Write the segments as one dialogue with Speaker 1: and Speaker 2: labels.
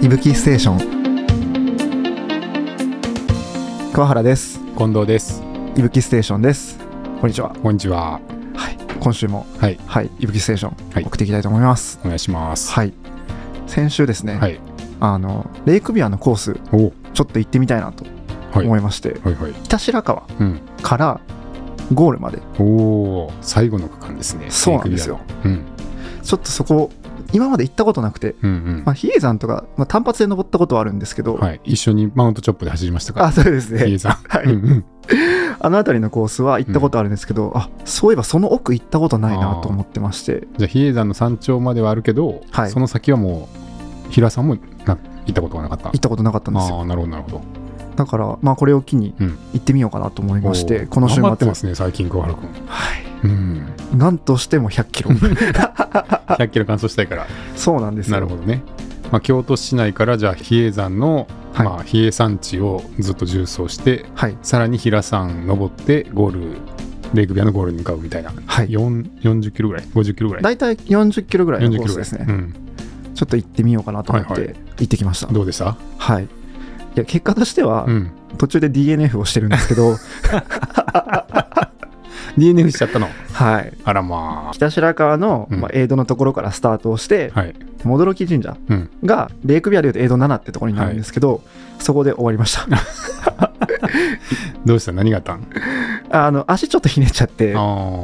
Speaker 1: いぶきステーション桑原です
Speaker 2: 近藤です
Speaker 1: いぶきステーションですこんにちは
Speaker 2: こんにちは
Speaker 1: はい今週も
Speaker 2: はい
Speaker 1: はいいぶきステーション、
Speaker 2: はい
Speaker 1: 送っていきたいと思います
Speaker 2: お願いします
Speaker 1: はい先週ですね、
Speaker 2: はい
Speaker 1: あのレイクビアのコース
Speaker 2: お
Speaker 1: ちょっと行ってみたいなと
Speaker 2: はい
Speaker 1: 思いまして、
Speaker 2: はいはい
Speaker 1: 北白川
Speaker 2: うん
Speaker 1: からゴールまで
Speaker 2: おお最後の区間ですね
Speaker 1: そうなんですよ
Speaker 2: レイクビアの
Speaker 1: ちょっとそこ今まで行ったことなくて、
Speaker 2: うんうんうん
Speaker 1: まあ、比叡山とか、まあ、単発で登ったことはあるんですけど、
Speaker 2: はい一緒にマウントチョップで走りましたから
Speaker 1: あそうですね
Speaker 2: 比叡山
Speaker 1: はい
Speaker 2: うんうん
Speaker 1: あの辺りのコースは行ったことあるんですけど、あそういえばその奥行ったことないなと思ってまして
Speaker 2: じゃあ比叡山の山頂まではあるけど
Speaker 1: はい
Speaker 2: その先はもう平さんもな行ったことがなかった
Speaker 1: 行ったことなかったんですよ
Speaker 2: ああなるほどなるほど
Speaker 1: だからまあこれを機に
Speaker 2: うん
Speaker 1: 行ってみようかなと思いまして、
Speaker 2: おー
Speaker 1: この週
Speaker 2: 頑張って
Speaker 1: 末
Speaker 2: ますね最近小原君
Speaker 1: はい
Speaker 2: うん
Speaker 1: なんとしても100キロ
Speaker 2: 100キロ完走したいから
Speaker 1: そうなんですよ
Speaker 2: なるほどね、まあ、京都市内からじゃあ比叡山の、
Speaker 1: はい
Speaker 2: まあ、比叡山地をずっと縦走して
Speaker 1: はい
Speaker 2: さらに平山登ってゴールレイクビアのゴールに向かうみたいな、
Speaker 1: はい
Speaker 2: 4 40キロぐらい50キロぐらい
Speaker 1: 大体40キロぐらいの
Speaker 2: 40
Speaker 1: コ
Speaker 2: キ
Speaker 1: ー
Speaker 2: ロ
Speaker 1: ス
Speaker 2: ぐら
Speaker 1: で
Speaker 2: い
Speaker 1: すね、
Speaker 2: うん
Speaker 1: ちょっと行ってみようかなと思っ
Speaker 2: はい
Speaker 1: て
Speaker 2: は
Speaker 1: 行ってきました、はい
Speaker 2: どうでした、
Speaker 1: い、や結果としては、
Speaker 2: うん、
Speaker 1: 途中で DNF をしてるんですけ ど
Speaker 2: DNF しちゃったの
Speaker 1: はい
Speaker 2: あらま
Speaker 1: 北白川の、
Speaker 2: うん
Speaker 1: まあ、エイドのところからスタートをして、
Speaker 2: あはい
Speaker 1: もどろき神社
Speaker 2: うん
Speaker 1: がレイクビアでいうと江戸7ってところになるんですけど、そこで終わりました
Speaker 2: どうした何があったん
Speaker 1: あの足ちょっとひねっちゃってっ
Speaker 2: あ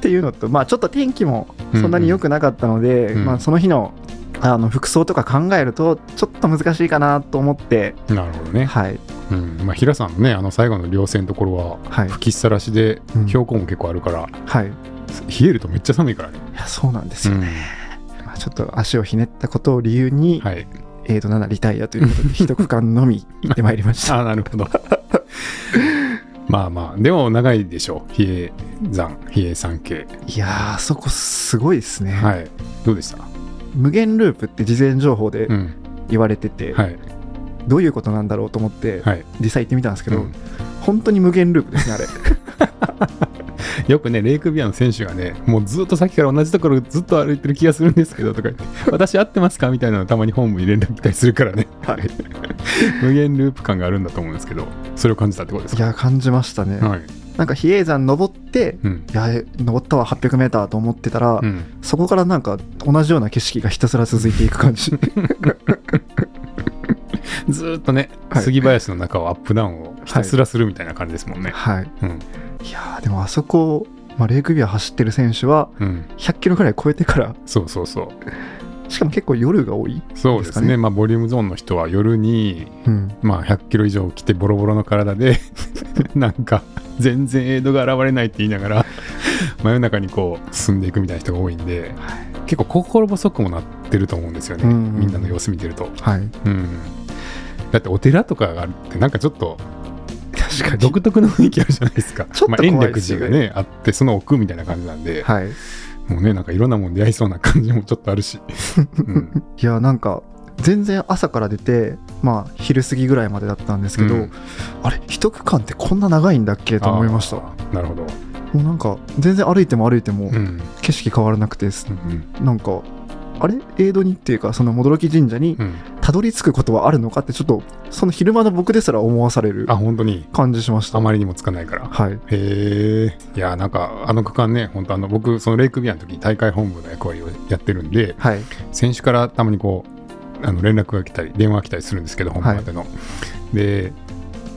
Speaker 1: ていうのと、まあ、ちょっと天気も
Speaker 2: うん
Speaker 1: そんなに良くなかったので、
Speaker 2: うん
Speaker 1: まあ、その日のあの服装とか考えるとちょっと難しいかなと思って、
Speaker 2: あなるほどね、
Speaker 1: はい
Speaker 2: うんまあ、平さんのねあの最後の稜線のところは
Speaker 1: はい
Speaker 2: 吹きっさらしで
Speaker 1: うん
Speaker 2: 標高も結構あるから、
Speaker 1: はい、い
Speaker 2: 冷えるとめっちゃ寒いからね、
Speaker 1: やそうなんですよね、まあ、ちょっと足をひねったことを理由に、
Speaker 2: はい
Speaker 1: エイド7リタイアということで一区間の み行ってまいりました
Speaker 2: あなるほど。 まあまあ、でも長いでしょう。比叡山、比叡山系。
Speaker 1: いやーあそこすごいですね、
Speaker 2: はい。どうでした
Speaker 1: 無限ループって事前情報で
Speaker 2: うん。
Speaker 1: 言われてて、
Speaker 2: はい。
Speaker 1: どういうことなんだろうと思って、
Speaker 2: はい。
Speaker 1: 実際行ってみたんですけど、
Speaker 2: うん
Speaker 1: 本当に無限ループですね、あ れ。
Speaker 2: よくね、レイクビアの選手がね、もうずっとさっきから同じところずっと歩いてる気がするんですけどとか言って、私合ってますかみたいなのたまに本部に連絡来たりするからね。
Speaker 1: はい、
Speaker 2: 無限ループ感があるんだと思うんですけど、それを感じたってことです
Speaker 1: い
Speaker 2: か
Speaker 1: や、感じましたね。
Speaker 2: はい。
Speaker 1: なんか比叡山登って、
Speaker 2: うん。
Speaker 1: いや、登ったわ、800メーターと思ってたら、
Speaker 2: うん、
Speaker 1: そこからなんか同じような景色がひたすら続いていく感 じ。
Speaker 2: ずーっとね、
Speaker 1: はい
Speaker 2: 杉林の中をアップダウンをひたすらするみたいな感じですもんね。
Speaker 1: はい、
Speaker 2: うん
Speaker 1: いやーでもあそこ、まあ、レイクビュー走ってる選手は、
Speaker 2: うん、
Speaker 1: 100キロぐらい超えてから、
Speaker 2: そうそうそう。
Speaker 1: しかも結構夜が多い。
Speaker 2: そうです
Speaker 1: です
Speaker 2: ね、
Speaker 1: かね
Speaker 2: まあ、ボリュームゾーンの人は夜に、
Speaker 1: うん、
Speaker 2: まあ、100キロ以上来てボロボロの体で なんか全然エイドが現れないって言いながら 真夜中にこう進んでいくみたいな人が多いんで結構心細くもなってると思うんですよね、
Speaker 1: うんうん
Speaker 2: みんなの様子見てると、
Speaker 1: はい。
Speaker 2: うん、だってお寺とかがあるってなんかちょっと
Speaker 1: 確かに。
Speaker 2: 独特の雰囲気あるじゃないですか
Speaker 1: ちょっと怖いですよね
Speaker 2: まあ、延暦寺がねあってその奥みたいな感じなんで、
Speaker 1: はい。
Speaker 2: もうねなんかいろんなもん出会いそうな感じもちょっとあ るし、うん
Speaker 1: いやなんか全然朝から出てまあ昼過ぎぐらいまでだったんですけど、
Speaker 2: うん
Speaker 1: あれ一区間ってこんな長いんだっけと思いましたも
Speaker 2: あーなるほど、
Speaker 1: うなんか全然歩いても歩いても
Speaker 2: うん
Speaker 1: 景色変わらなくて、
Speaker 2: うん
Speaker 1: なんかあれエイドにっていうかその戻き神社に
Speaker 2: うん、
Speaker 1: たどり着くことはあるのかってちょっとその昼間の僕ですら思わされる
Speaker 2: あ本当に
Speaker 1: 感じしました
Speaker 2: あ
Speaker 1: はい
Speaker 2: まりにもつかないから。へえ。いや、なんか、あの区間ね、本当あの、僕、そのレイクビアの時に大会本部の役割をやってるんで、
Speaker 1: はい
Speaker 2: 選手からたまにこう、あの連絡が来たり、電話が来たりするんですけど、本部宛ての。で、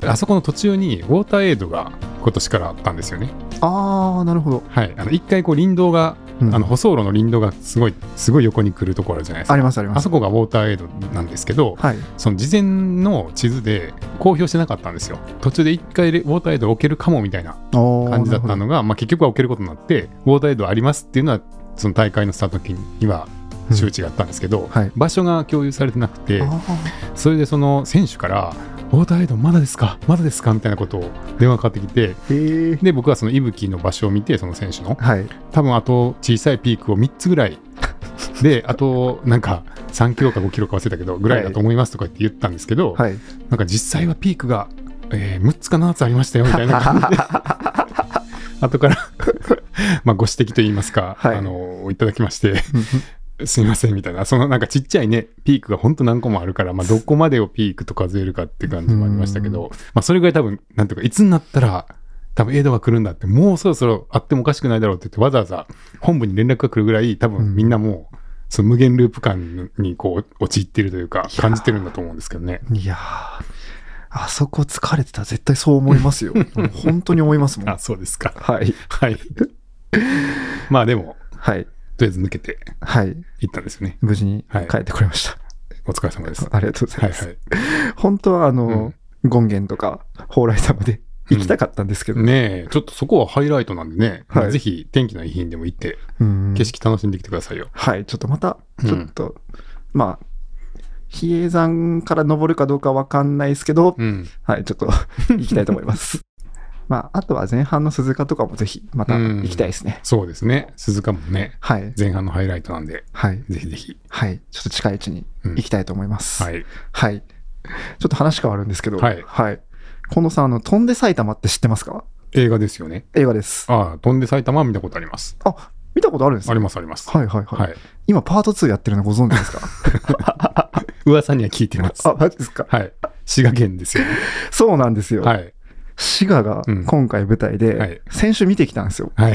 Speaker 2: あそこの途中に、ウォーターエイドが今年からあったんですよね。
Speaker 1: ああなるほど、
Speaker 2: はい。あの、一回、こう、林道が、
Speaker 1: うん
Speaker 2: あの、舗装路の林道がすごい、すごい横に来るところあるじゃないです
Speaker 1: あ
Speaker 2: か。
Speaker 1: りますありま
Speaker 2: あ
Speaker 1: す
Speaker 2: そこがウォーターエイドなんですけど、
Speaker 1: はい
Speaker 2: その事前の地図で公表してなかったんですよ。途中で一回レウォーターエイドを置けるかもみたいな
Speaker 1: おー
Speaker 2: 感じだった
Speaker 1: なる
Speaker 2: のが、まあ、結局は置けることになって、ウォーターエイドありますっていうのは、その大会のスタート時には
Speaker 1: うん
Speaker 2: 周知があったんですけど、
Speaker 1: はい
Speaker 2: 場所が共有されてなくて
Speaker 1: ほど、あ
Speaker 2: それでその選手から、ウォーターエイドまだですか、まだですかみたいなことを電話がかかってきて、
Speaker 1: ーへえ
Speaker 2: で僕はその息吹の場所を見て、その選手の、
Speaker 1: はい
Speaker 2: 多分あと小さいピークを3つぐらい。であとなんか3キロか5キロか忘れたけどぐらいだと思いますとか言って言ったんですけど、
Speaker 1: はい
Speaker 2: なんか実際はピークが、え6つか7つありましたよみた いな感じで後から まあご指摘といいますか、
Speaker 1: はい
Speaker 2: あのいただきましてすいませんみたいな、そのなんかちっちゃいね、ピークがほんと何個もあるから、まあ、どこまでをピークと数えるかって感じもありましたけど、まあ、それぐらい多分、なんとか、いつになったら、多分エイドが来るんだって、もうそろそろあってもおかしくないだろうって言って、わざわざ本部に連絡が来るぐらい、多分みんなもう、その無限ループ感にこう、陥ってるというか、感じてるんだと思うんですけどね。
Speaker 1: いやー、あそこ疲れてたら絶対そう思い ますよ。もう本当に思いますもん。
Speaker 2: あ、そうですか。
Speaker 1: はい。
Speaker 2: はい。まあでも、
Speaker 1: はい。
Speaker 2: とりあえず抜けて
Speaker 1: はい。
Speaker 2: いったんですよね。
Speaker 1: 無事に
Speaker 2: はい
Speaker 1: 帰ってこれました。
Speaker 2: お疲れ様です。は
Speaker 1: ありがとうございま
Speaker 2: いは
Speaker 1: す。
Speaker 2: い。
Speaker 1: 本当は、あの、権現とか、蓬莱様で行きたかったんですけど、
Speaker 2: ねえ、ちょっとそこはハイライトなんでね、
Speaker 1: はい
Speaker 2: まあぜひ天気のいい日にでも行って、
Speaker 1: うん
Speaker 2: 景色楽しんできてくださいよ。
Speaker 1: はい、ちょっとまた、
Speaker 2: うん
Speaker 1: ちょっと、まあ、比叡山から登るかどうかわかんないですけど、
Speaker 2: うん。
Speaker 1: はい、ちょっ と行きたいと思います。まあ、あとは前半の鈴鹿とかもぜひ、また
Speaker 2: うん
Speaker 1: 行きたいですね。
Speaker 2: そうですね。鈴鹿もね、
Speaker 1: はい、
Speaker 2: 前半のハイライトなんで、
Speaker 1: はい、
Speaker 2: ぜひぜひ。
Speaker 1: はい、ちょっと近いうちに
Speaker 2: うん
Speaker 1: 行きたいと思います。
Speaker 2: はい。
Speaker 1: はい、ちょっと話変わるんですけど、
Speaker 2: はい
Speaker 1: 近藤さん、あの、飛んで埼玉って知ってますか
Speaker 2: 映画ですよね。
Speaker 1: 映画です。
Speaker 2: ああ、飛んで埼玉は見たことあります。
Speaker 1: あ、見たことあるんですか
Speaker 2: ありますあります。
Speaker 1: はいはいはい。
Speaker 2: はい。
Speaker 1: 今、パート2やってるのご存知ですか
Speaker 2: 噂には聞いてま す。
Speaker 1: あ、マジですか
Speaker 2: はい。滋賀県ですよね。
Speaker 1: そうなんですよ。
Speaker 2: はい。
Speaker 1: 滋賀が
Speaker 2: うん
Speaker 1: 今回舞台
Speaker 2: は
Speaker 1: で
Speaker 2: い、
Speaker 1: 先週見てきたんですよ。
Speaker 2: はい。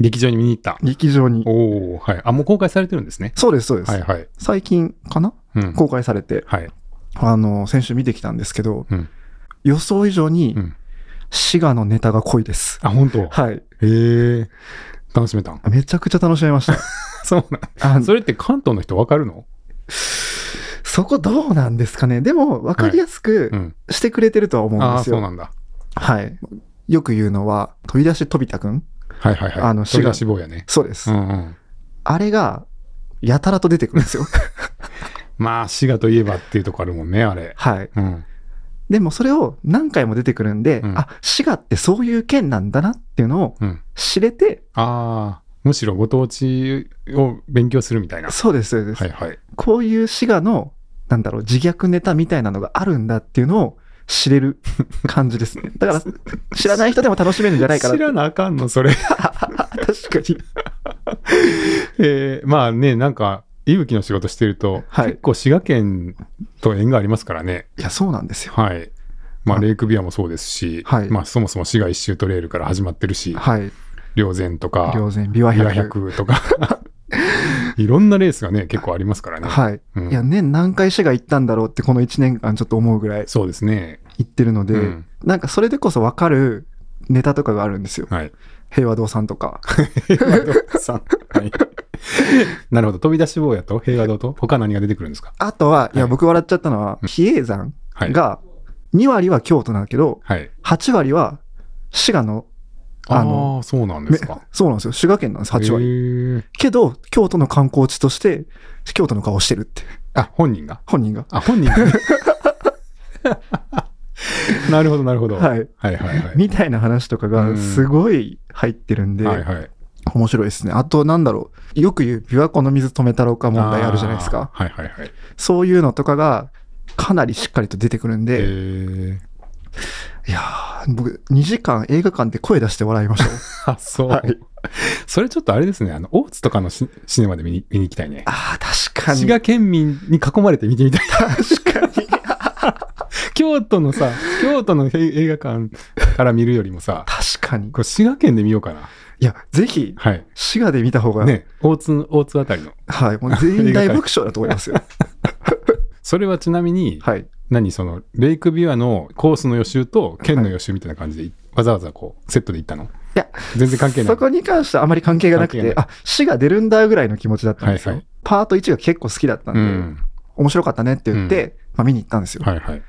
Speaker 2: 劇場に見に行った。
Speaker 1: 劇場に。
Speaker 2: おおはい。あ、もう公開されてるんですね。
Speaker 1: そうです、そうです。
Speaker 2: はいはい。
Speaker 1: 最近かな
Speaker 2: うん。
Speaker 1: 公開されて、
Speaker 2: はい。
Speaker 1: あの、先週見てきたんですけど、
Speaker 2: うん
Speaker 1: 予想以上に
Speaker 2: うん
Speaker 1: 滋賀のネタが濃いです。
Speaker 2: あ、本当。へ
Speaker 1: はい。
Speaker 2: え。楽しめたん。
Speaker 1: めちゃくちゃ楽しめ まし
Speaker 2: そうなん。
Speaker 1: た。あの
Speaker 2: それって関東の人わかるの
Speaker 1: そこどうなんですかね。でも、わかりやすく
Speaker 2: うん。
Speaker 1: してくれてるとは思うん
Speaker 2: あ
Speaker 1: で
Speaker 2: あ、
Speaker 1: す
Speaker 2: そ
Speaker 1: よ。
Speaker 2: うなんだ。
Speaker 1: はい。よく言うのは、飛び出し飛びたくん
Speaker 2: はいはいはい。
Speaker 1: あの
Speaker 2: 滋賀志望やね。
Speaker 1: そうです、
Speaker 2: うんうん。
Speaker 1: あれが、やたらと出てくるんですよ。
Speaker 2: まあ、滋賀といえばっていうとこあるもんね、あれ。
Speaker 1: はい。
Speaker 2: うん。
Speaker 1: でもそれを何回も出てくるんで、
Speaker 2: うん
Speaker 1: あ、滋賀ってそういう県なんだなっていうのを
Speaker 2: うん。
Speaker 1: 知れて、
Speaker 2: ああ、むしろご当地を勉強するみたいな。
Speaker 1: そうです、そうです、
Speaker 2: はいはい。
Speaker 1: こういう滋賀の、なんだろう、自虐ネタみたいなのがあるんだっていうのを知れ る感じですね。だから、知らない人でも楽しめるんじゃないかな
Speaker 2: 知らなあかんの、それ。
Speaker 1: 確かに。
Speaker 2: えー、まあね、なんか、いぶきの仕事してると、
Speaker 1: はい
Speaker 2: 結構滋賀県と縁がありますからね。
Speaker 1: いや、そうなんですよ。
Speaker 2: はい。まあ、
Speaker 1: あ
Speaker 2: レイクビアもそうですし、
Speaker 1: はい
Speaker 2: まあ、そもそも滋賀一周トレイルから始まってるし、
Speaker 1: はい。
Speaker 2: 稜線とか、
Speaker 1: 両前、琵琶
Speaker 2: 琵琶
Speaker 1: 百。
Speaker 2: 百 とか、いろんなレースがね、結構ありますからね。
Speaker 1: はい。
Speaker 2: うん
Speaker 1: いや、年何回滋賀行ったんだろうって、この1年間ちょっと思うぐらい
Speaker 2: そうですね。
Speaker 1: 行ってるので、
Speaker 2: うん
Speaker 1: なんかそれでこそ分かるネタとかがあるんですよ。
Speaker 2: はい。
Speaker 1: 平和堂さんとか。
Speaker 2: 平和堂さん。はい。 なるほど。飛び出し坊やと平和堂と、他何が出てくるんですか
Speaker 1: あとは、いや、
Speaker 2: はい
Speaker 1: 僕笑っちゃったのは、
Speaker 2: うん
Speaker 1: 比叡山
Speaker 2: はい。
Speaker 1: が、2割は京都なんだけど、
Speaker 2: はい。
Speaker 1: 8割は滋賀の、
Speaker 2: あ
Speaker 1: あの
Speaker 2: あ、そうなんですか
Speaker 1: め。 そうなんですよ、滋賀県なんです、8割。
Speaker 2: 割。
Speaker 1: けど、京都の観光地として、京都の顔してるって、
Speaker 2: あ、本人が
Speaker 1: 本人が。
Speaker 2: あ、 本人がなるほど、なるほど。
Speaker 1: はい。
Speaker 2: はいはいはい。
Speaker 1: みたいな話とか
Speaker 2: う
Speaker 1: が、
Speaker 2: ん
Speaker 1: すごい入ってるんで、
Speaker 2: はいはい。
Speaker 1: 面白いですね。あと、なんだろう、よく言う、琵琶湖の水止めたろうか問題あるじゃないですか。
Speaker 2: あーはいはいはい。
Speaker 1: そういうのとかが、かなりしっかりと出てくるん
Speaker 2: え
Speaker 1: で、
Speaker 2: ー、
Speaker 1: いやー、僕、2時間映画館で声出して笑いま したもん。
Speaker 2: あ、そう、
Speaker 1: はい
Speaker 2: それちょっとあれですね、あの、大津とかのシシネマで見に見に行きたいね。
Speaker 1: ああ、確かに。
Speaker 2: 滋賀県民に囲まれて見てみたい。
Speaker 1: 確かに。
Speaker 2: 京都のさ、京都の映映画館から見るよりもさ、
Speaker 1: 確かに。
Speaker 2: これ滋賀県で見ようかな。
Speaker 1: いや、ぜひ、
Speaker 2: はい。
Speaker 1: 滋賀で見た方が、
Speaker 2: ね、大津、大津あたりの。
Speaker 1: はい、もう全員大爆笑だと思います よ。
Speaker 2: それはちなみに、
Speaker 1: はい。
Speaker 2: 何その、レイクビュアのコースの予習と県の予習みたいな感じで、わざわざこう、セットで行ったのい
Speaker 1: や、
Speaker 2: 全然関係ない。
Speaker 1: そこに関してはあまり関係がなく
Speaker 2: 関係
Speaker 1: て、
Speaker 2: な
Speaker 1: あ、滋賀出るんだぐらいの気持ちだったん
Speaker 2: はい
Speaker 1: ですよ。
Speaker 2: はい。
Speaker 1: パート1が結構好きだったん
Speaker 2: う
Speaker 1: で、
Speaker 2: ん。
Speaker 1: 面白かったねって言って、まあ、見に行ったんですよ。
Speaker 2: はいはい。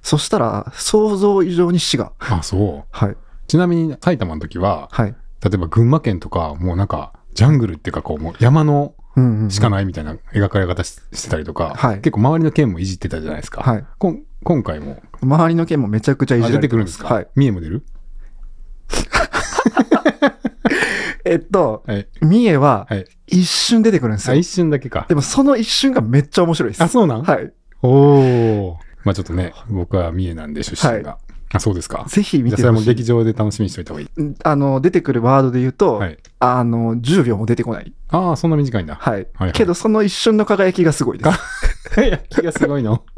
Speaker 1: そしたら、想像以上に滋賀。
Speaker 2: あ、そう。
Speaker 1: はい。
Speaker 2: ちなみに埼玉の時は、
Speaker 1: はい。
Speaker 2: 例えば群馬県とか、もうなんか、ジャングルっていうか、こう、もう山の
Speaker 1: うんうん、うん。
Speaker 2: しかないみたいな描かれ方ししてたりとか、
Speaker 1: はい
Speaker 2: 結構周りの県もいじってたじゃないですか。
Speaker 1: はい。
Speaker 2: こん今回も、
Speaker 1: 周りの県もめちゃくちゃいじ
Speaker 2: あ
Speaker 1: られ
Speaker 2: 出
Speaker 1: ま
Speaker 2: てくるんですか、
Speaker 1: はい。
Speaker 2: 三重も出る
Speaker 1: えっと、
Speaker 2: はい。
Speaker 1: 三重は
Speaker 2: はい。
Speaker 1: 一瞬出てくるんです
Speaker 2: あ、
Speaker 1: よ。
Speaker 2: 一瞬だけか
Speaker 1: で。もその一瞬がめっちゃ面白いです。
Speaker 2: あ、そうなん、
Speaker 1: はい。
Speaker 2: おお。まあちょっとね、僕は三重なんで出身が。あ、そうですか。
Speaker 1: ぜひ
Speaker 2: じ
Speaker 1: 見
Speaker 2: ゃあ
Speaker 1: て
Speaker 2: それ
Speaker 1: ほ
Speaker 2: も
Speaker 1: し
Speaker 2: 劇
Speaker 1: い。
Speaker 2: 場で楽しみにしておいた方がいい。
Speaker 1: うんあの、出てくるワードで言うと、
Speaker 2: はい。
Speaker 1: あの、10秒も出てこない。
Speaker 2: ああ、そんな短いんだ。
Speaker 1: はい。
Speaker 2: はい
Speaker 1: けど、その一瞬の輝きがすご いです。
Speaker 2: 輝きがす ごいの。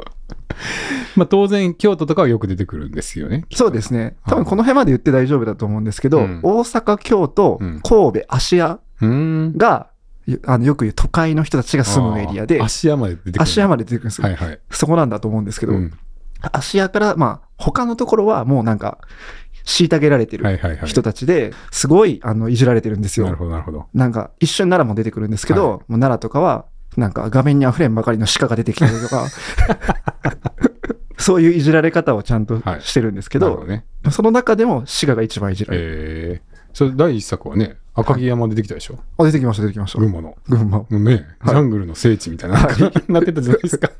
Speaker 2: まあ当然、京都とかはよく出てくるんですよね。
Speaker 1: そうですね。
Speaker 2: はい
Speaker 1: 多分この辺まで言って大丈夫だと思うんですけど、
Speaker 2: うん
Speaker 1: 大阪、京都
Speaker 2: うん、
Speaker 1: 神戸、芦屋
Speaker 2: うーん。
Speaker 1: が、よあのよく言う都会の人たちが住むエリアで
Speaker 2: あー、芦屋まで出てくる。
Speaker 1: 芦屋
Speaker 2: ま
Speaker 1: まで出てくるんですよ。
Speaker 2: はいはい。
Speaker 1: そこなんだと思うんですけど、
Speaker 2: うん
Speaker 1: 芦屋から、まあ、他のところはもうなんか、虐げられて
Speaker 2: は
Speaker 1: る
Speaker 2: いはいはい。
Speaker 1: 人たちで、すごい、あの、いじられてるんですよ。
Speaker 2: なるほどなるほど。
Speaker 1: なんか、一瞬奈良も出てくるんですけど、
Speaker 2: はい
Speaker 1: もう奈良とかは、なんか画面に溢れんばかりの鹿が出てきたりとか、 そういういじられ方をちゃんと
Speaker 2: はい
Speaker 1: してるんですけ
Speaker 2: け
Speaker 1: ど、
Speaker 2: ね。
Speaker 1: その中でも滋賀が一番いじられる。
Speaker 2: ええ。それ第一作はね、赤城山出てきたでしょ。
Speaker 1: あ、出てきました、出てきました。
Speaker 2: 群馬の。
Speaker 1: 群馬。
Speaker 2: ね、
Speaker 1: はい
Speaker 2: ジャングルの聖地みたいな、
Speaker 1: は
Speaker 2: なってたじゃないですか。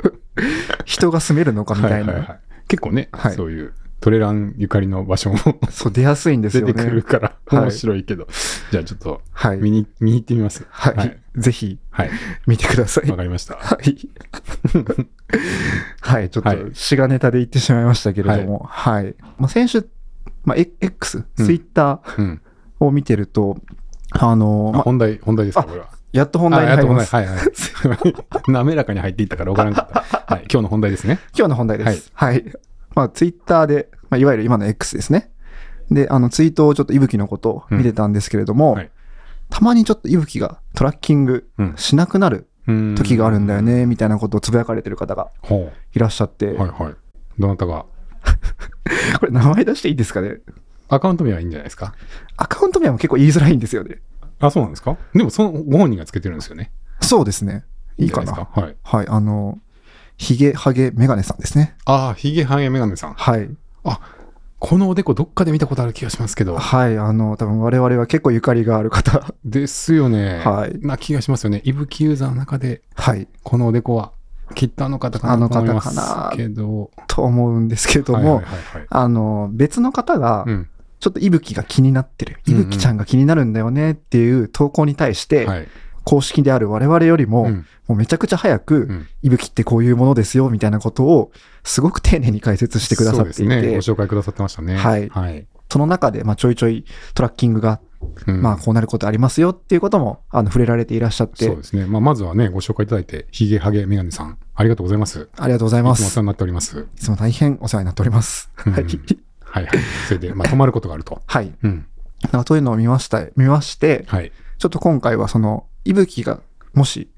Speaker 1: 人が住めるのかみたいな。
Speaker 2: ははは結構ね、
Speaker 1: はい
Speaker 2: そういうトレランゆかりの場所も
Speaker 1: そう、出やすいんですよ
Speaker 2: 出て
Speaker 1: ね。
Speaker 2: くるから、
Speaker 1: はい
Speaker 2: 面白いけど、じゃあちょっと
Speaker 1: はい。
Speaker 2: 見に、見に行ってみます。
Speaker 1: はい、
Speaker 2: はい
Speaker 1: ぜひ
Speaker 2: はい。
Speaker 1: 見てください。
Speaker 2: わかりました。は
Speaker 1: はい。 はい、ちょっ
Speaker 2: はい
Speaker 1: と、しがネタで言ってしまいましたけれども、はい。まあ、先週、まあ、エ X、
Speaker 2: うん
Speaker 1: ツイッター
Speaker 2: うん。
Speaker 1: を見てると、あの
Speaker 2: あ
Speaker 1: ー、まあ、
Speaker 2: 本題、本題ですか、
Speaker 1: あ
Speaker 2: これは。
Speaker 1: やっと本題に
Speaker 2: あやっ
Speaker 1: 入
Speaker 2: と
Speaker 1: り
Speaker 2: 本
Speaker 1: ま
Speaker 2: 題、
Speaker 1: す。
Speaker 2: はい はい。滑らかに入っていったからわからんかった。はい。今日の本題ですね。
Speaker 1: 今日の本題です。はい。まあ、ツイッターで、まあ、いわゆる今の X ですね。で、あの、ツイートをちょっといぶきのことを見てたんですけれども、
Speaker 2: うんはい
Speaker 1: たまにちょっといぶきがトラッキング
Speaker 2: うん
Speaker 1: しなくなる
Speaker 2: うん
Speaker 1: 時があるんだよ。ね、みたいなことをつぶやかれてる方が
Speaker 2: ほ
Speaker 1: いらっしゃって、
Speaker 2: う。はいはい。どなたが、
Speaker 1: これ名前出していいですかね
Speaker 2: アカウント名はいいんじゃないですか。
Speaker 1: アカウント名も結構言いづらいんですよね。
Speaker 2: あ、そうなんですかでも、その、ご本人がつけてるんですよね。
Speaker 1: そうですね。いいか
Speaker 2: んじ
Speaker 1: な。
Speaker 2: ゃいですかは
Speaker 1: は
Speaker 2: い。
Speaker 1: い、あの、ヒゲ、ハゲ、メガネさんですね。
Speaker 2: ああ、ヒゲハゲメガネさん。
Speaker 1: はい。
Speaker 2: このおでこどっかで見たことある気がしますけど。
Speaker 1: はい、あの、多分我々は結構ゆかりがある方。
Speaker 2: ですよね。
Speaker 1: はい
Speaker 2: な気がしますよね。いぶきユーザーの中で、
Speaker 1: はい、
Speaker 2: このおでこは、きっとあの方か
Speaker 1: あ
Speaker 2: な
Speaker 1: の
Speaker 2: と
Speaker 1: 方
Speaker 2: 思います
Speaker 1: かな
Speaker 2: けど。
Speaker 1: と思うんですけれども、
Speaker 2: はいはいはいはい
Speaker 1: あの、別の方が、
Speaker 2: うん。
Speaker 1: ちょっといぶきが気になってる。
Speaker 2: う
Speaker 1: い
Speaker 2: んうん
Speaker 1: ぶきちゃんが気になるんだよねっていう投稿に対して、
Speaker 2: はい。
Speaker 1: 公式である我々よりも、
Speaker 2: うん
Speaker 1: もうめちゃくちゃ早
Speaker 2: う
Speaker 1: く、
Speaker 2: ん
Speaker 1: いぶきってこういうものですよ、みたいなことを、すごく丁寧に解説してくださっていて、
Speaker 2: そう
Speaker 1: そ,、
Speaker 2: ですね。ご紹介くださってましたね。
Speaker 1: はい
Speaker 2: はい。
Speaker 1: の中で、まあ、ちょいちょいトラッキングが、
Speaker 2: うん
Speaker 1: まあ、こうなることありますよっていうことも、あの、触れられていらっしゃっ
Speaker 2: そう
Speaker 1: て
Speaker 2: で、すね。まあ、まずはね、ご紹介いただいて、ヒゲハゲメガネさん、ありがとうございます。い
Speaker 1: ありがとうござい
Speaker 2: つもお
Speaker 1: ま
Speaker 2: 世
Speaker 1: す。
Speaker 2: 話になっております。
Speaker 1: いつも大変お世話になっております。
Speaker 2: うん
Speaker 1: はい。
Speaker 2: はいはい。それで、まあ、止まることがあると。
Speaker 1: はい。
Speaker 2: うん。
Speaker 1: なんかそういうのを見ました、見まして、
Speaker 2: はい。
Speaker 1: ちょっと今回はその、いぶきがもし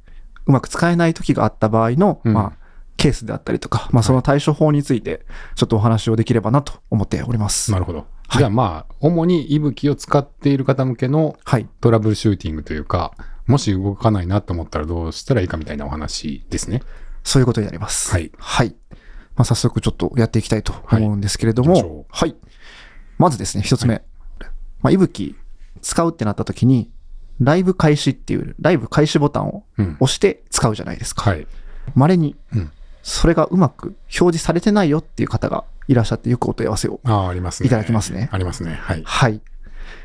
Speaker 1: うまく使えない時があった場合の、
Speaker 2: うん
Speaker 1: まあ、ケースであったりとか、まあ、その対処法について、ちょっとお話をできればなと思っております。
Speaker 2: なるほど。じゃあ、まあ、主にいぶきを使っている方向けの
Speaker 1: はい。
Speaker 2: トラブルシューティングというか、もし動かないなと思ったらどうしたらいいかみたいなお話ですね。
Speaker 1: そういうことになります。
Speaker 2: はい。
Speaker 1: はい。まあ、早速ちょっとやっていきたいと思うんですけれども、
Speaker 2: は
Speaker 1: はい
Speaker 2: 行きましょ
Speaker 1: い。まずですね、一つ目。まあ、いぶき使うってなった時に、ライブ開始っていう、ライブ開始ボタンを
Speaker 2: うん。
Speaker 1: 押して使うじゃないですか。
Speaker 2: はい。
Speaker 1: 稀に
Speaker 2: うん、
Speaker 1: それがうまく表示されてないよっていう方がいらっしゃって、よくお問い合わせを
Speaker 2: ああ、ありますね。
Speaker 1: いただきますね
Speaker 2: ありますね。はい。
Speaker 1: はい。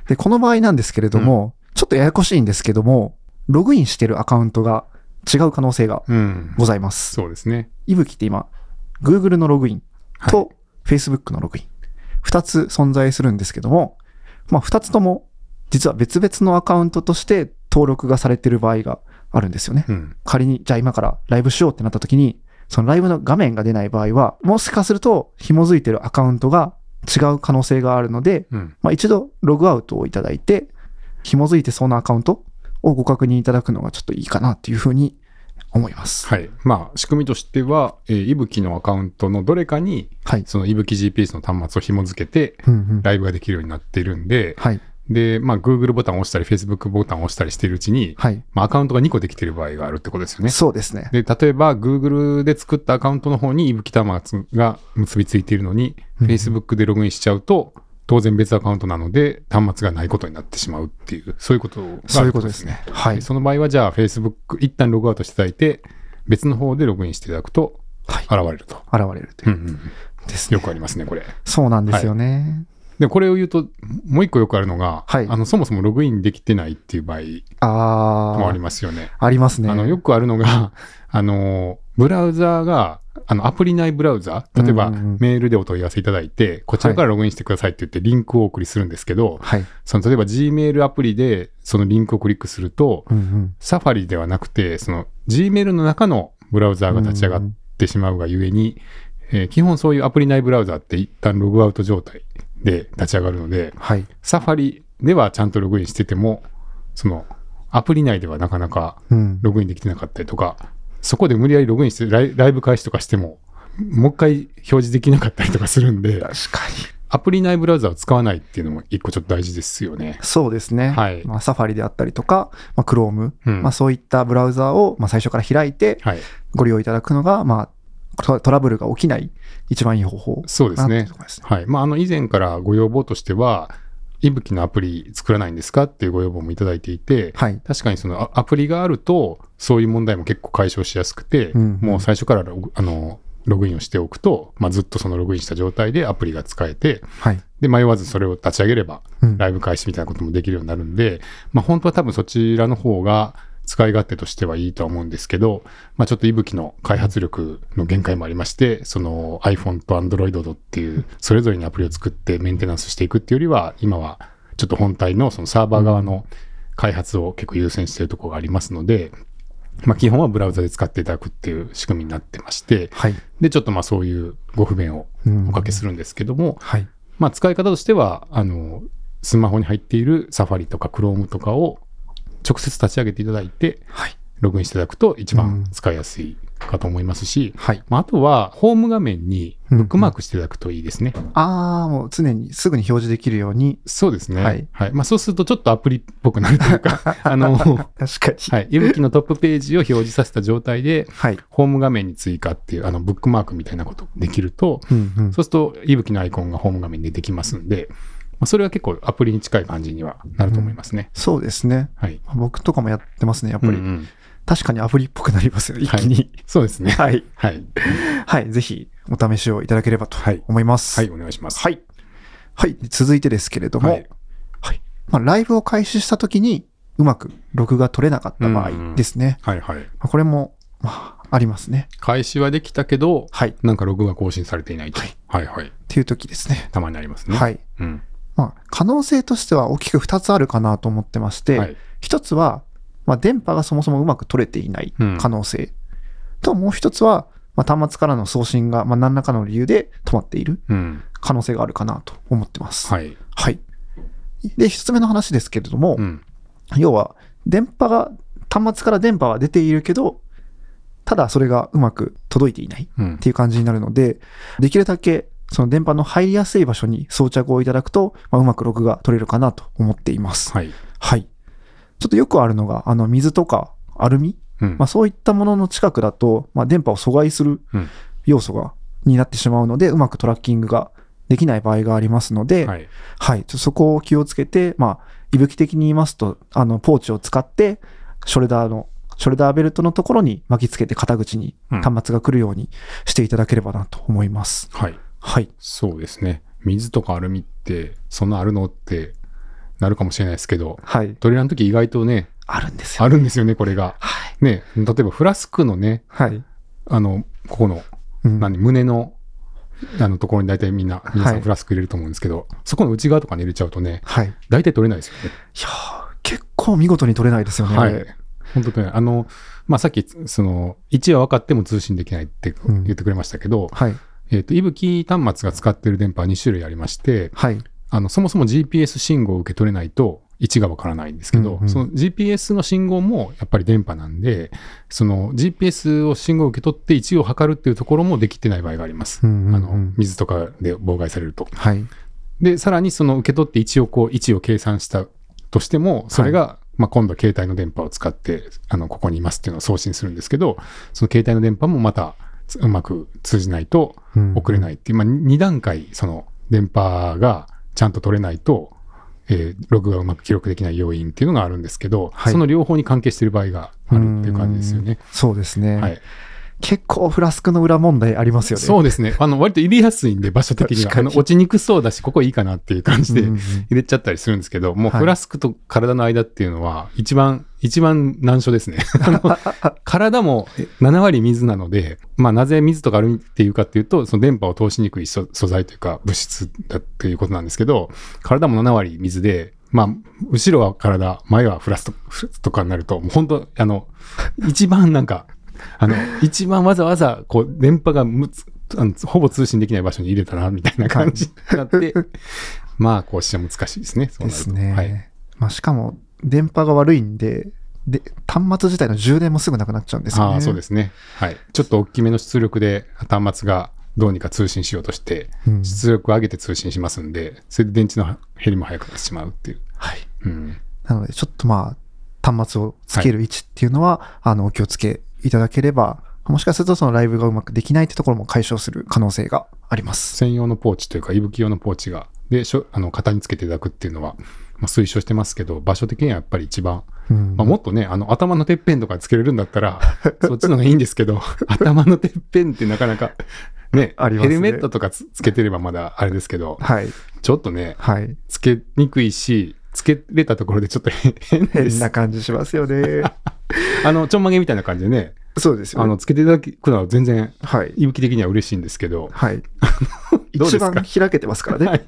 Speaker 1: で、この場合なんですけれども、ちょっとややこしいんですけども、ログインしてるアカウントが違う可能性が
Speaker 2: うん。
Speaker 1: ございます。
Speaker 2: そうですね。
Speaker 1: いぶきって今、Google のログイン
Speaker 2: はい
Speaker 1: と Facebook のログイン、二つ存在するんですけども、まあ二つとも、実は別々のアカウントとして登録がされてる場合があるんですよね。
Speaker 2: うん。
Speaker 1: 仮に、じゃあ今からライブしようってなった時に、そのライブの画面が出ない場合は、もしかすると紐づいてるアカウントが違う可能性があるので、
Speaker 2: うん。
Speaker 1: まあ、一度ログアウトをいただいて、紐づいてそうなアカウントをご確認いただくのがちょっといいかなというふうに思います。
Speaker 2: はい。まあ、仕組みとしては、えー、いぶきのアカウントのどれかに、
Speaker 1: はい。
Speaker 2: そのいぶき GPS の端末を紐付けて、
Speaker 1: うんうん。
Speaker 2: ライブができるようになっているんで、
Speaker 1: はい。
Speaker 2: で、まあ、Google ボタンを押したり、Facebook ボタンを押したりしているうちに、
Speaker 1: はい。
Speaker 2: まあ、アカウントが2個できている場合があるってことですよね。
Speaker 1: そうですね。
Speaker 2: で、例えば、Google で作ったアカウントの方に、いぶき端末が結びついているのに、
Speaker 1: うん
Speaker 2: Facebook でログインしちゃうと、当然別アカウントなので、端末がないことになってしまうっていう、そういうことがある
Speaker 1: そういうことですね。は
Speaker 2: で
Speaker 1: い。
Speaker 2: その場合は、じゃあ、Facebook、一旦ログアウトしていただいて、別の方でログインしていただくと、
Speaker 1: はい
Speaker 2: 現。れると。
Speaker 1: 現れるといううん
Speaker 2: うんうん
Speaker 1: ですね。
Speaker 2: よくありますね、これ。
Speaker 1: そうなんですよね。
Speaker 2: で、これを言うと、もう一個よくあるのが、
Speaker 1: はい
Speaker 2: あの、そもそもログインできてないっていう場合
Speaker 1: あ
Speaker 2: もあり
Speaker 1: ー。
Speaker 2: ますよね。
Speaker 1: ありますね。
Speaker 2: あの、よくあるのが、あの、ブラウザーが、あの、アプリ内ブラウザー、例えば、
Speaker 1: うんうんうん
Speaker 2: メールでお問い合わせいただいて、こちらからログインしてくださいって言って、リンクをお送りするんですけど、
Speaker 1: はい。
Speaker 2: その、例えば Gmail アプリで、そのリンクをクリックすると、
Speaker 1: うんうん。
Speaker 2: サファリではなくて、その Gmail の中のブラウザーが立ち上がってしまうがゆえに、えー基本そういうアプリ内ブラウザーって一旦ログアウト状態で立ち上がるので、
Speaker 1: はい。
Speaker 2: サファリではちゃんとログインしてても、そのアプリ内ではなかなか
Speaker 1: うん。
Speaker 2: ログインできてなかったりとか、そこで無理やりログインしてライライブ開始とかしても、もう一回表示できなかったりとかするんで、
Speaker 1: 確かに。
Speaker 2: アプリ内ブラウザーを使わないっていうのも一個ちょっと大事ですよね。
Speaker 1: そうですね。
Speaker 2: はい
Speaker 1: まあ、サファリであったりとか、まあ、Chrome、
Speaker 2: うん。
Speaker 1: まあ、そういったブラウザーを、まあ、最初から開いて
Speaker 2: はい。
Speaker 1: ご利用いただくのが、まあ、トトラブルが起きない一番いい方法
Speaker 2: そうです
Speaker 1: かなとい
Speaker 2: ね
Speaker 1: うと。ころですね。
Speaker 2: はい。まあ、あの、以前からご要望としては、いぶきのアプリ作らないんですかっていうご要望もいただいていて、
Speaker 1: はい。
Speaker 2: 確かにそのあアプリがあると、そういう問題も結構解消しやすくて、
Speaker 1: うん
Speaker 2: もう最初からログあのログインをしておくと、まあ、ずっとそのログインした状態でアプリが使えて、
Speaker 1: はい。
Speaker 2: で、迷わずそれを立ち上げれば、
Speaker 1: うん
Speaker 2: ライブ開始みたいなこともできるようになるんで、まあ、本当は多分そちらの方が、使い勝手としてはいいとは思うんですけど、まあ、ちょっといぶきの開発力の限界もありまして、その iPhone と Android っていう、それぞれにアプリを作ってメンテナンスしていくっていうよりは、今はちょっと本体のそのサーバー側の開発を結構優先しているところがありますので、まあ、基本はブラウザで使っていただくっていう仕組みになってまして、
Speaker 1: はい。
Speaker 2: で、ちょっとまあそういうご不便を
Speaker 1: うん
Speaker 2: おかけするんですけども、
Speaker 1: はい。
Speaker 2: まあ、使い方としてはあのスマホに入っているサファリとかクロームとかを直接立ち上げていただいて
Speaker 1: はい。
Speaker 2: ログインしていただくと一
Speaker 1: うん
Speaker 2: 番使いやすいかと思いますし、
Speaker 1: はい。
Speaker 2: まあ、あとはホーム画面に
Speaker 1: ブ
Speaker 2: ブックマークしていただくといいですね。
Speaker 1: ああ、もう常にすぐに表示できるように。
Speaker 2: そうですね。
Speaker 1: は
Speaker 2: はいい。まあ、そうするとちょっとアプリっぽくなるという か、あの、は
Speaker 1: 確かに。
Speaker 2: い。いぶきのトップページを表示させた状態で、
Speaker 1: はい。
Speaker 2: ホーム画面に追加っていう、あの、ブックマークみたいなことできると、
Speaker 1: うんうん
Speaker 2: そうすると、いぶきのアイコンがホーム画面に出てきますんで、まあ、それは結構アプリに近い感じにはなると思いますね。
Speaker 1: そうですね。
Speaker 2: はい。
Speaker 1: 僕とかもやってますね、やっぱり。
Speaker 2: うんうん
Speaker 1: 確かにアプリっぽくなりますよ、一
Speaker 2: はい
Speaker 1: 気に。
Speaker 2: そうですね。
Speaker 1: はい。
Speaker 2: はい。
Speaker 1: はい。ぜひ、お試しをいただければと
Speaker 2: はい。
Speaker 1: 思います。
Speaker 2: はい、お願いします。
Speaker 1: はい。はい。続いてですけれども、
Speaker 2: はい
Speaker 1: まあ、ライブを開始した時にうまく録画取れなかった場合ですね。
Speaker 2: はいはい。
Speaker 1: まあこれも、まあ、ありますね。
Speaker 2: 開始はできたけど、
Speaker 1: はい。っ
Speaker 2: なんかログが更新されていないと。はいはい。
Speaker 1: ていう時ですね。
Speaker 2: たまにありますね。。
Speaker 1: はいい。
Speaker 2: うん。
Speaker 1: まあ、可能性としては大きく2つあるかなと思ってまして、
Speaker 2: はい。
Speaker 1: 1つは、まあ、電波がそもそもうまく取れていない
Speaker 2: うん
Speaker 1: 可能性。と、もう1つは、まあ、端末からの送信が、まあ、何らかの理由で止まっている
Speaker 2: うん。
Speaker 1: 可能性があるかなと思ってます。
Speaker 2: はい。
Speaker 1: はい。で、1つ目の話ですけれども、
Speaker 2: うん。
Speaker 1: 要は、電波が、端末から電波は出ているけど、ただそれがうまく届いていないっ
Speaker 2: うん。
Speaker 1: ていう感じになるので、できるだけその電波の入りやすい場所に装着をいただくと、まあ、うまく録画取れるかなと思っています。
Speaker 2: はい。
Speaker 1: はい。ちょっとよくあるのが、あの、水とかアルミ、
Speaker 2: うん
Speaker 1: まあ、そういったものの近くだと、まあ、電波を阻害する
Speaker 2: うん
Speaker 1: 要素が、になってしまうので、うまくトラッキングができない場合がありますので、
Speaker 2: はい。
Speaker 1: はい、ちょそこを気をつけて、まあ、いぶき的に言いますと、あの、ポーチを使って、ショルダーの、ショルダーベルトのところに巻きつけて肩口に
Speaker 2: うん
Speaker 1: 端末が来るようにしていただければなと思います。
Speaker 2: はい。
Speaker 1: はい。
Speaker 2: そうですね。水とかアルミって、そんなあるのってなるかもしれないですけど、
Speaker 1: はい。
Speaker 2: トレラの時意外とね、
Speaker 1: あるんですよ。
Speaker 2: あるんですよね、これが。
Speaker 1: はい。
Speaker 2: ね、例えばフラスクのね、
Speaker 1: はい。
Speaker 2: あの、ここの
Speaker 1: うん
Speaker 2: 何胸のあのところに大体みんな皆さ
Speaker 1: はい
Speaker 2: んフラスク入れると思うんですけど、そこの内側とかに入れちゃうとね
Speaker 1: はい。い
Speaker 2: 大体取れないですよね。
Speaker 1: やー結構見事に取れないですよね。あれ。
Speaker 2: 本当取れないあの、まあ、さっきその位置は分かっても通信できないって
Speaker 1: うん
Speaker 2: 言ってくれましたけど、
Speaker 1: はい。
Speaker 2: えっといぶき端末が使ってる電波は2種類ありまして
Speaker 1: はい。
Speaker 2: あのそもそも GPS 信号を受け取れないと位置が分からないんですけど、
Speaker 1: うんうん
Speaker 2: その GPS の信号もやっぱり電波なんでその GPS を信号を受け取って位置を測るっていうところもできてない場合がありま
Speaker 1: う
Speaker 2: す。
Speaker 1: んうんうん
Speaker 2: あの水とかで妨害されると
Speaker 1: はい。。
Speaker 2: で、さらにその受け取って一応こう、位置を計算したとしても、それが、まあ今度は携帯の電波を使って、あの、ここにいますっていうのを送信するんですけど、その携帯の電波もまたつうまく通じないと送れないいっていう、まあ2段階、その電波がちゃんと取れないと、えーログがうまく記録できない要因っていうのがあるんですけど、
Speaker 1: はい
Speaker 2: その両方に関係している場合があるっていう感じですよね。
Speaker 1: そうですね。
Speaker 2: はい。
Speaker 1: 結構フラスクの裏問題ありますよね。
Speaker 2: そうですね。あの、割と入れやすいんで、場所的に
Speaker 1: 確
Speaker 2: は。
Speaker 1: か
Speaker 2: あ
Speaker 1: に
Speaker 2: の落ちにくそうだし、ここいいかなっていう感じで
Speaker 1: うんう
Speaker 2: 入
Speaker 1: ん
Speaker 2: れちゃったりするんですけど、もう
Speaker 1: はい
Speaker 2: フラスクと体の間っていうのは、一番、一番難 所ですね。あの体も7割水なので、まあ、なぜ水とかあるっていうかっていうと、その電波を通しにくい素素材というか、物質だということなんですけど、体も7割水で、まあ、後ろは体、前はフラストフラスとかになると、もう本当あの、一番なんか、あの、一番わざわざ、こう、電波がむつあのほぼ通信できない場所に入れたな、みたいな感じになって、まあ、こうして難しいですね。そう
Speaker 1: で
Speaker 2: なると
Speaker 1: すね。
Speaker 2: はい。
Speaker 1: まあ、しかも、電波が悪いんで、で、端末自体の充電もすぐなくなっちゃうんですよね。。
Speaker 2: ああ、そうですすね。はい。ちょっと大きめの出力で端末がどうにか通信しようとして、
Speaker 1: うん、
Speaker 2: 出力を上げて通信しますんで、それで電池の減りも早くなってしまうっていう。
Speaker 1: はい。
Speaker 2: うん。
Speaker 1: なので、ちょっとまあ、端末をつける位置っていうのは、あの、お気をつけいただければ、もしかするとそのライブがうまくできないってところも解消する可能性があります。
Speaker 2: 専用のポーチというか、いぶき用のポーチが、で、しょあの型につけていただくっていうのは、まあ、推奨してますけど、場所的にはやっぱり一番、
Speaker 1: うん
Speaker 2: まあ、もっとね、あの、頭のてっぺんとかにつけれるんだっ たら、そっちの方がいいんですけど、頭のてっぺんってなかなか、ね、
Speaker 1: あります
Speaker 2: ヘ
Speaker 1: ね
Speaker 2: ルメットとかつつけてればまだあれですけど、
Speaker 1: はい。
Speaker 2: ちょっとね、
Speaker 1: はい。
Speaker 2: つけにくいし、つけれたところでちょっと 変変で
Speaker 1: 変
Speaker 2: す
Speaker 1: な。感じしますよね。
Speaker 2: あの、ちょんまげみたいな感じでね、
Speaker 1: そうですよ
Speaker 2: あ
Speaker 1: ね。
Speaker 2: の、つけていただくのは全然、
Speaker 1: はい。
Speaker 2: いぶき的には嬉しいんですけど、
Speaker 1: はい。
Speaker 2: どう
Speaker 1: 一
Speaker 2: ですか
Speaker 1: 番開けてますからね。
Speaker 2: はい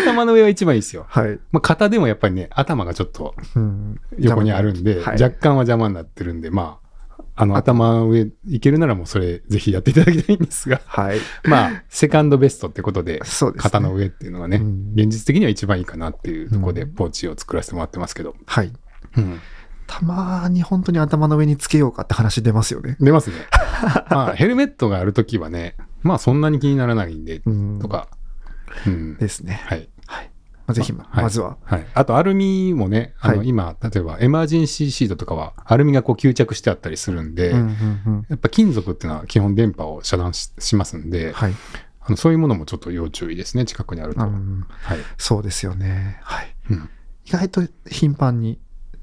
Speaker 2: 頭の上は一番いいですよ。
Speaker 1: はい。
Speaker 2: まあ、肩でもやっぱりね、頭がちょっと
Speaker 1: うん
Speaker 2: 横にあるんで、
Speaker 1: はい
Speaker 2: 若干は邪魔になってるんで、まあ、あの、
Speaker 1: あ
Speaker 2: 頭の上いけるならもうそれ、ぜひやっていただきたいんです が、
Speaker 1: はい。
Speaker 2: まあ、セカンドベストってことで、
Speaker 1: そうです、ね。
Speaker 2: 肩の上っていうのがね、
Speaker 1: うん
Speaker 2: 現実的には一番いいかなっていうところで、
Speaker 1: うん
Speaker 2: ポーチを作らせてもらってますけど、
Speaker 1: はい。
Speaker 2: うん
Speaker 1: たまーに本当に頭の上につけようかって話出ますよね。
Speaker 2: 出ますね。まあ、ヘルメットがあるときはね、まあ、そんなに気にならないんで、
Speaker 1: うん。
Speaker 2: と。か、うん、
Speaker 1: ですね。
Speaker 2: はい。
Speaker 1: まあ、ぜひ、ま
Speaker 2: はい
Speaker 1: ずは。
Speaker 2: はい、あとアルミもね、あの
Speaker 1: はい
Speaker 2: 今、例えばエマージェンシーシートとかは、アルミがこう吸着してあったりするんで、
Speaker 1: うんうん
Speaker 2: やっぱ金属っていうのは基本電波を遮断ししますん
Speaker 1: うん。
Speaker 2: で、
Speaker 1: はい。
Speaker 2: あのそういうものもちょっと要注意ですね、近くにあると。
Speaker 1: うん
Speaker 2: はい、
Speaker 1: そうですよね。はい。
Speaker 2: うん
Speaker 1: 意外と頻繁に、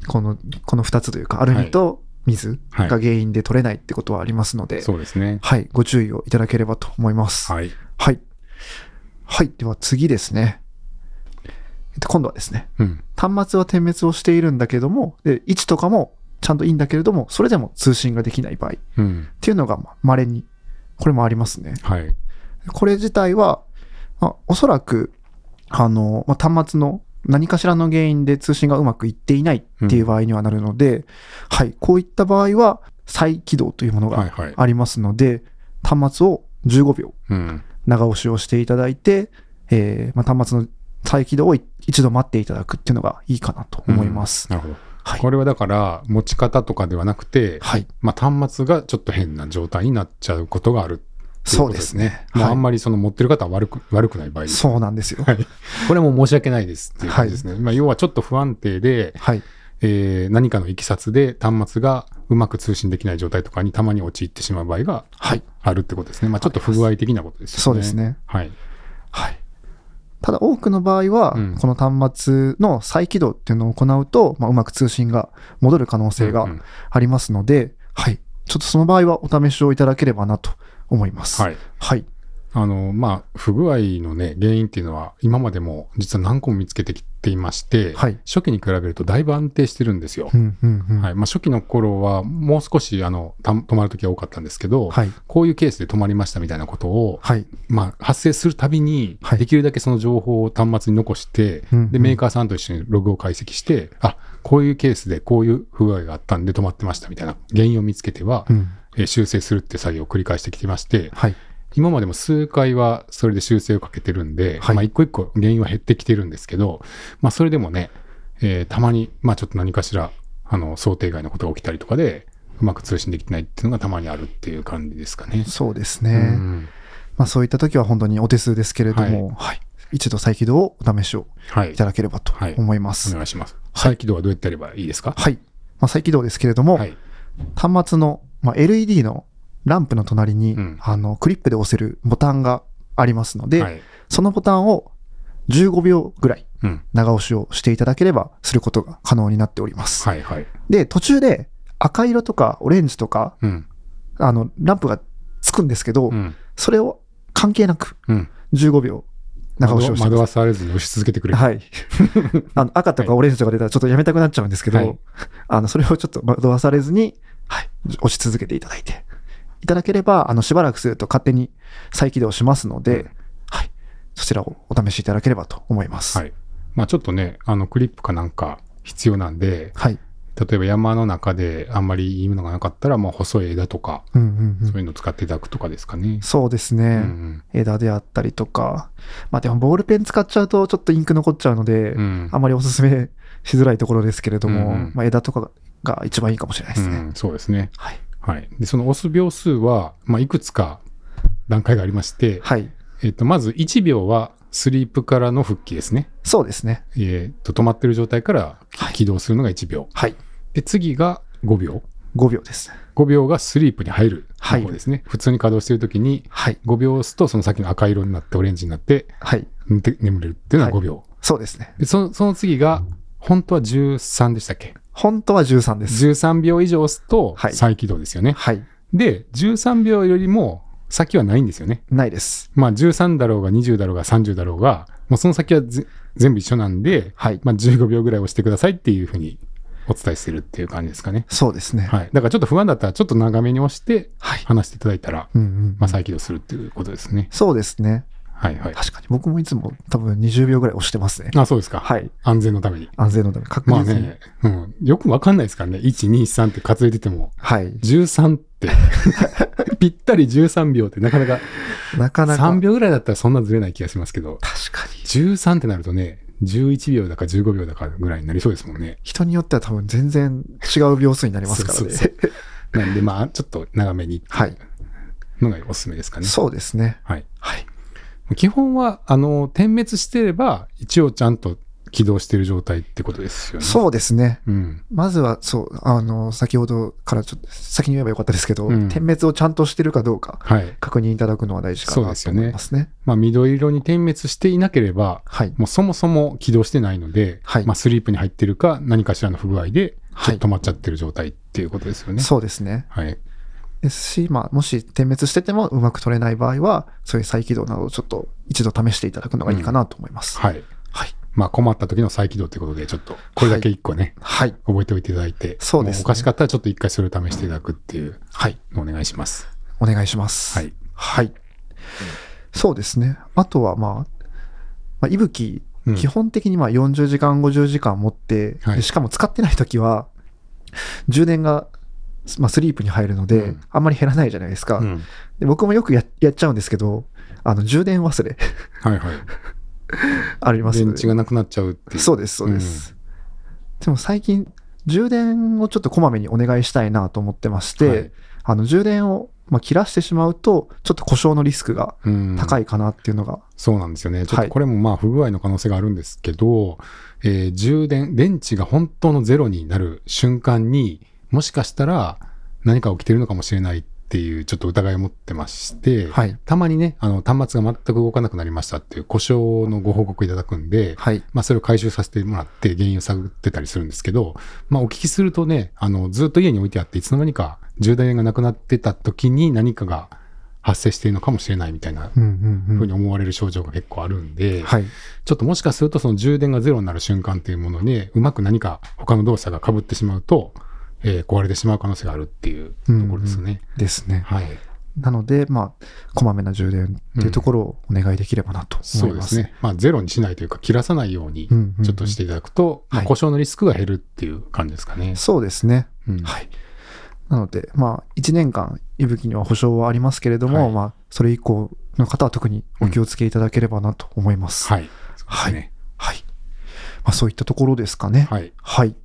Speaker 1: この、この2つというか、アルミと水
Speaker 2: はい
Speaker 1: が原因で取れないってことはありますので、はい、
Speaker 2: そうですね。
Speaker 1: ご注意をいただければと思います。はい。
Speaker 2: はい。
Speaker 1: はい。では次ですね。えっと、今度はですね、
Speaker 2: うん。
Speaker 1: 端末は点滅をしているんだけども、で、位置とかもちゃんといいんだけれども、それでも通信ができない場合っ
Speaker 2: うん。
Speaker 1: ていうのがまあ稀に、これもありますね。
Speaker 2: はい。
Speaker 1: これ自体は、まあ、おそらく、あの、まあ、端末の何かしらの原因で通信がうまくいっていないっていう場合にはなるので、はい、こういった場合は再起動というもの
Speaker 2: はい
Speaker 1: が
Speaker 2: はい。
Speaker 1: ありますので、端末を15秒
Speaker 2: うん。
Speaker 1: 長押しをしていただいて、えーまあ、端末の再起動をい一度待っていただくっていうのがいいかなと思います。
Speaker 2: なるほど。
Speaker 1: はい。
Speaker 2: これはだから、持ち方とかではなくて、
Speaker 1: はい。
Speaker 2: まあ、端末がちょっと変な状態になっちゃうことがあるっていう
Speaker 1: そ
Speaker 2: こ
Speaker 1: う
Speaker 2: と
Speaker 1: ですね。
Speaker 2: もうあん
Speaker 1: は
Speaker 2: まりその持ってる方は悪く悪くない場合
Speaker 1: い。そうなんですよ。
Speaker 2: はい、これはもう申し訳ないですっていう感じですね。まあ、要はちょっと不安定で、
Speaker 1: はい。
Speaker 2: えー何かのいきさつで端末がうまく通信できない状態とかにたまに陥ってしまう場合が
Speaker 1: はい。
Speaker 2: あるってことですね。まあ、ちょっと不具合的なことですよね。
Speaker 1: そうです。ね。
Speaker 2: はい。
Speaker 1: はい。ただ多くの場合は、
Speaker 2: うん
Speaker 1: この端末の再起動っていうのを行うと、まあ、うまく通信が戻る可能性
Speaker 2: うんう
Speaker 1: が
Speaker 2: ん
Speaker 1: ありますので、はい。ちょっとその場合はお試しをいただければなと思います。。
Speaker 2: はいい。
Speaker 1: はい。
Speaker 2: あの、まあ、不具合のね、原因っていうのは、今までも実は何個も見つけてきていまして、
Speaker 1: はい
Speaker 2: 初期に比べるとだいぶ安定してるんですよ。
Speaker 1: うんうんうん。は。
Speaker 2: はいいまあ、初期の頃は、もう少しあのた止まるときは多かったんですけど、
Speaker 1: はい。
Speaker 2: こういうケースで止まりましたみたいなことを、
Speaker 1: はい。
Speaker 2: まあ、発生するたびに
Speaker 1: はい、
Speaker 2: できるだけその情報を端末に残して、
Speaker 1: うん
Speaker 2: で、メーカーさんと一緒にログを解析して、あ、こういうケースでこういう不具合があったんで止まってましたみたいな原因を見つけては、
Speaker 1: うん。
Speaker 2: えー修正するって作業を繰り返してきてまして、
Speaker 1: はい。
Speaker 2: 今までも数回はそれで修正をかけてるんで、
Speaker 1: はい
Speaker 2: まあ一個一個原因は減ってきてるんですけど、まあそれでもね、えーたまに、まあちょっと何かしら、あの、想定外のことが起きたりとかで、うまく通信できてないっていうのがたまにあるっていう感じですかね。
Speaker 1: そうです
Speaker 2: う
Speaker 1: ね。
Speaker 2: ん
Speaker 1: まあそういった時は本当にお手数ですけれども、はい。一度再起動をお試しを
Speaker 2: はい
Speaker 1: い。ただければと思いま
Speaker 2: お
Speaker 1: す。はい。
Speaker 2: 願いします。再起動はどうやってやればいいですか
Speaker 1: まあ再起動ですけれども、
Speaker 2: はい。
Speaker 1: 端末の、まあ、LED のランプの隣に、
Speaker 2: うん
Speaker 1: あのクリップで押せるボタンがありますので、
Speaker 2: はい
Speaker 1: そのボタンを15秒ぐらい
Speaker 2: うん。
Speaker 1: 長押しをしていただければすることが可能になっております。
Speaker 2: はいはい。
Speaker 1: で、途中で赤色とかオレンジとか
Speaker 2: うん。
Speaker 1: あの、ランプがつくんですけど、
Speaker 2: うん
Speaker 1: それを関係なく
Speaker 2: うん
Speaker 1: 15秒長押しをして
Speaker 2: 惑
Speaker 1: ま
Speaker 2: わ
Speaker 1: す。
Speaker 2: されずに押し続けてくれる。
Speaker 1: はい。 あの赤とかオレンジとか出たらちょっとやめたくなっちゃうんですけど、
Speaker 2: はい
Speaker 1: あの、それをちょっと惑わされずに、はい、押し続けていただいて、いただければ、あの、しばらくすると勝手に再起動しますので、
Speaker 2: うん
Speaker 1: はい、そちらをお試しいただければと思います。
Speaker 2: はいまあちょっとね、あのクリップかなんか必要なんで、
Speaker 1: はい。
Speaker 2: 例えば山の中であんまりいいものがなかったら、まあ細い枝とか、
Speaker 1: うんうんうん
Speaker 2: そういうのを使っていただくとかですかね。
Speaker 1: そうです
Speaker 2: う
Speaker 1: ね。
Speaker 2: ん
Speaker 1: 枝であったりとか。まあでもボールペン使っちゃうとちょっとインク残っちゃうので、
Speaker 2: うん。うん
Speaker 1: あまりおすすめしづらいところですけれども、
Speaker 2: うんうん
Speaker 1: まあ枝とかが一番いいかもしれないですね。
Speaker 2: うんそうですね。
Speaker 1: はい。
Speaker 2: はい。で、その押す秒数は、まあいくつか段階がありまして、
Speaker 1: はい。
Speaker 2: えっと、まず1秒はスリープからの復帰ですね。
Speaker 1: そうですね。
Speaker 2: えっと、止まってる状態から
Speaker 1: はい
Speaker 2: 起動するのが1秒。
Speaker 1: はい。
Speaker 2: で、次が5秒。
Speaker 1: 5秒です。
Speaker 2: 5秒がスリープに入る
Speaker 1: 入る
Speaker 2: 方ですね。普通に稼働してるときに、
Speaker 1: はい。
Speaker 2: 5秒押すと、その先の赤色になって、オレンジになって、
Speaker 1: はい。
Speaker 2: 寝て眠れるっていうのは
Speaker 1: はい
Speaker 2: 5秒。
Speaker 1: そうですね。
Speaker 2: でその、その次が、本当は13でしたっけ
Speaker 1: 本当は13です。
Speaker 2: ?13 秒以上押すと
Speaker 1: はい
Speaker 2: 再起動ですよね。
Speaker 1: はい。
Speaker 2: で、13秒よりも先はないんですよね。
Speaker 1: ないです。
Speaker 2: まあ、13だろうが20だろうが30だろうが、もうその先はぜ全部一緒なんで、
Speaker 1: はい。
Speaker 2: まあ、15秒ぐらい押してくださいっていうふうにお伝えしてるっていう感じですかね。
Speaker 1: そうですね。
Speaker 2: はい。だからちょっと不安だったら、ちょっと長めに押して、
Speaker 1: はい。
Speaker 2: 話していただいたら、
Speaker 1: うんうん。
Speaker 2: まあ、再起動するっていうことですね。
Speaker 1: そうですね。
Speaker 2: はいはい。
Speaker 1: 確かに僕もいつも多分20秒ぐらい押してますね。
Speaker 2: あ、そうですか。
Speaker 1: はい。
Speaker 2: 安全のために。
Speaker 1: 安全のため確
Speaker 2: まあ
Speaker 1: 実に。
Speaker 2: ね、うん。よくわかんないですからね。1、2、3って数えてても、
Speaker 1: はい。
Speaker 2: 13って、 ぴったり13秒ってなかなか、
Speaker 1: なかなか。
Speaker 2: 3秒ぐらいだったらそんなずれない気がしますけど、
Speaker 1: 確かに。
Speaker 2: 13ってなるとね、11秒だか15秒だかぐらいになりそうですもんね。
Speaker 1: 人によっては多分全然違う秒数になりますから
Speaker 2: そう
Speaker 1: ね。
Speaker 2: そうなんで、まあ、ちょっと長めにって
Speaker 1: はい。
Speaker 2: のがおすすめですかね。
Speaker 1: そうですね。
Speaker 2: はい。
Speaker 1: はい。
Speaker 2: 基本は、あの、点滅してれば、一応ちゃんと起動してる状態ってことですよね。
Speaker 1: そうですね。
Speaker 2: う。うん。
Speaker 1: まずは、そう、あの、先ほどからちょっと、先に言えばよかったですけど、
Speaker 2: うん
Speaker 1: 点滅をちゃんとしてるかどうか、
Speaker 2: はい。
Speaker 1: 確認いただくのは大事か
Speaker 2: そう
Speaker 1: な
Speaker 2: です
Speaker 1: と
Speaker 2: よね
Speaker 1: 思いますね。
Speaker 2: まあ、緑色に点滅していなければ、
Speaker 1: はい。
Speaker 2: もうそもそも起動してないので、
Speaker 1: はい
Speaker 2: まあ、スリープに入ってるか、何かしらの不具合で、ち
Speaker 1: は
Speaker 2: ょっ
Speaker 1: い
Speaker 2: と止。まっちゃってる状態っていうことですよね。
Speaker 1: そうですね。
Speaker 2: はい。
Speaker 1: ですし、まあ、もし点滅しててもうまく取れない場合は、そういう再起動などをちょっと一度試していただくのがいいかなと思います。
Speaker 2: はい。
Speaker 1: はい。
Speaker 2: まあ、困った時の再起動ってことで、ちょっと、これだけ一個ね、
Speaker 1: はい。
Speaker 2: 覚えておいていただいて、
Speaker 1: そうですね
Speaker 2: もおかしかったら、ちょっと一回それを試していただくっていう
Speaker 1: はい。
Speaker 2: のをお願いします。
Speaker 1: お願いします。
Speaker 2: はい。
Speaker 1: はい。そうですね。あとは、まあ、まあ、いぶき
Speaker 2: うん、
Speaker 1: 基本的にまあ40時間、50時間持って、
Speaker 2: はい
Speaker 1: でしかも使ってないときは、充電が、まあ、スリープに入るので、
Speaker 2: うん
Speaker 1: あんまり減らないじゃないですか。
Speaker 2: うん。
Speaker 1: で僕もよくややっちゃうんですけど、あの充電忘れ
Speaker 2: はいはい。
Speaker 1: あります
Speaker 2: 電池がなくなっちゃうっていう。
Speaker 1: そうです、そうです。でも最近、充電をちょっとこまめにお願いしたいなと思ってまして、
Speaker 2: はい
Speaker 1: あの充電を、まあ、切らしてしまうと、ちょっと故障のリスクが
Speaker 2: うん
Speaker 1: 高いかなっていうのが、
Speaker 2: そうなんですよね。ちょっ
Speaker 1: は
Speaker 2: と
Speaker 1: い
Speaker 2: これもまあ不具合の可能性があるんですけど、えー充電、電池が本当のゼロになる瞬間に、もしかしたら何か起きてるのかもしれないっていうちょっと疑いを持ってまして、
Speaker 1: はい
Speaker 2: たまにね、あの端末が全く動かなくなりましたっていう故障のご報告いただくんで、
Speaker 1: はい、
Speaker 2: まあそれを回収させてもらって原因を探ってたりするんですけど、まあお聞きするとね、あのずっと家に置いてあっていつの間にか充電がなくなってた時に何かが発生しているのかもしれないみたいな
Speaker 1: うんうんうん
Speaker 2: ふうに思われる症状が結構あるんで、
Speaker 1: はい、
Speaker 2: ちょっともしかするとその充電がゼロになる瞬間っていうものにうまく何か他の動作が被ってしまうと、えー壊れてしまう可能性があるっていうところですね。
Speaker 1: ですね。
Speaker 2: はい、
Speaker 1: なので、まあ、こまめな充電っていうところをお願いできればなと
Speaker 2: そ
Speaker 1: 思いう
Speaker 2: で
Speaker 1: ます。
Speaker 2: すね。まあゼロにしないというか切らさないように
Speaker 1: うんうんうん
Speaker 2: ちょっとしていただくと、まあ
Speaker 1: はい
Speaker 2: 故障のリスクが減るっていう感じですかね。
Speaker 1: そうですね。
Speaker 2: うん
Speaker 1: はい。なので、まあ、1年間、いぶきには保証はありますけれども、
Speaker 2: はい
Speaker 1: まあ、それ以降の方は特にお気をつけいただければなと思います。
Speaker 2: はい。
Speaker 1: は
Speaker 2: そう
Speaker 1: い。
Speaker 2: ですね
Speaker 1: はい。まあ、そういったところですかね。
Speaker 2: はい。
Speaker 1: はい。今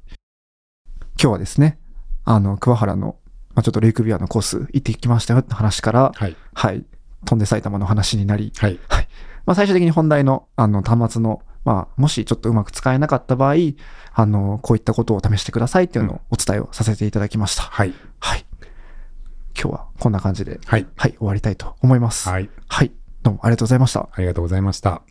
Speaker 1: 日はですね、あの、桑原の、まあ、ちょっとレイクビアのコース行ってきましたよって話から、
Speaker 2: はい。
Speaker 1: はい。飛んで埼玉の話になり、
Speaker 2: はい。
Speaker 1: まあ、最終的に本題のあの端末の、まあ、もしちょっとうまく使えなかった場合、あの、こういったことを試してくださいっていうのをお伝えをさせていただきました。
Speaker 2: はい。
Speaker 1: はい。今日はこんな感じで、
Speaker 2: はい。
Speaker 1: はい、終わりたいと思います。はい。
Speaker 2: はい。
Speaker 1: どうもありがとうございました。
Speaker 2: ありがとうございました。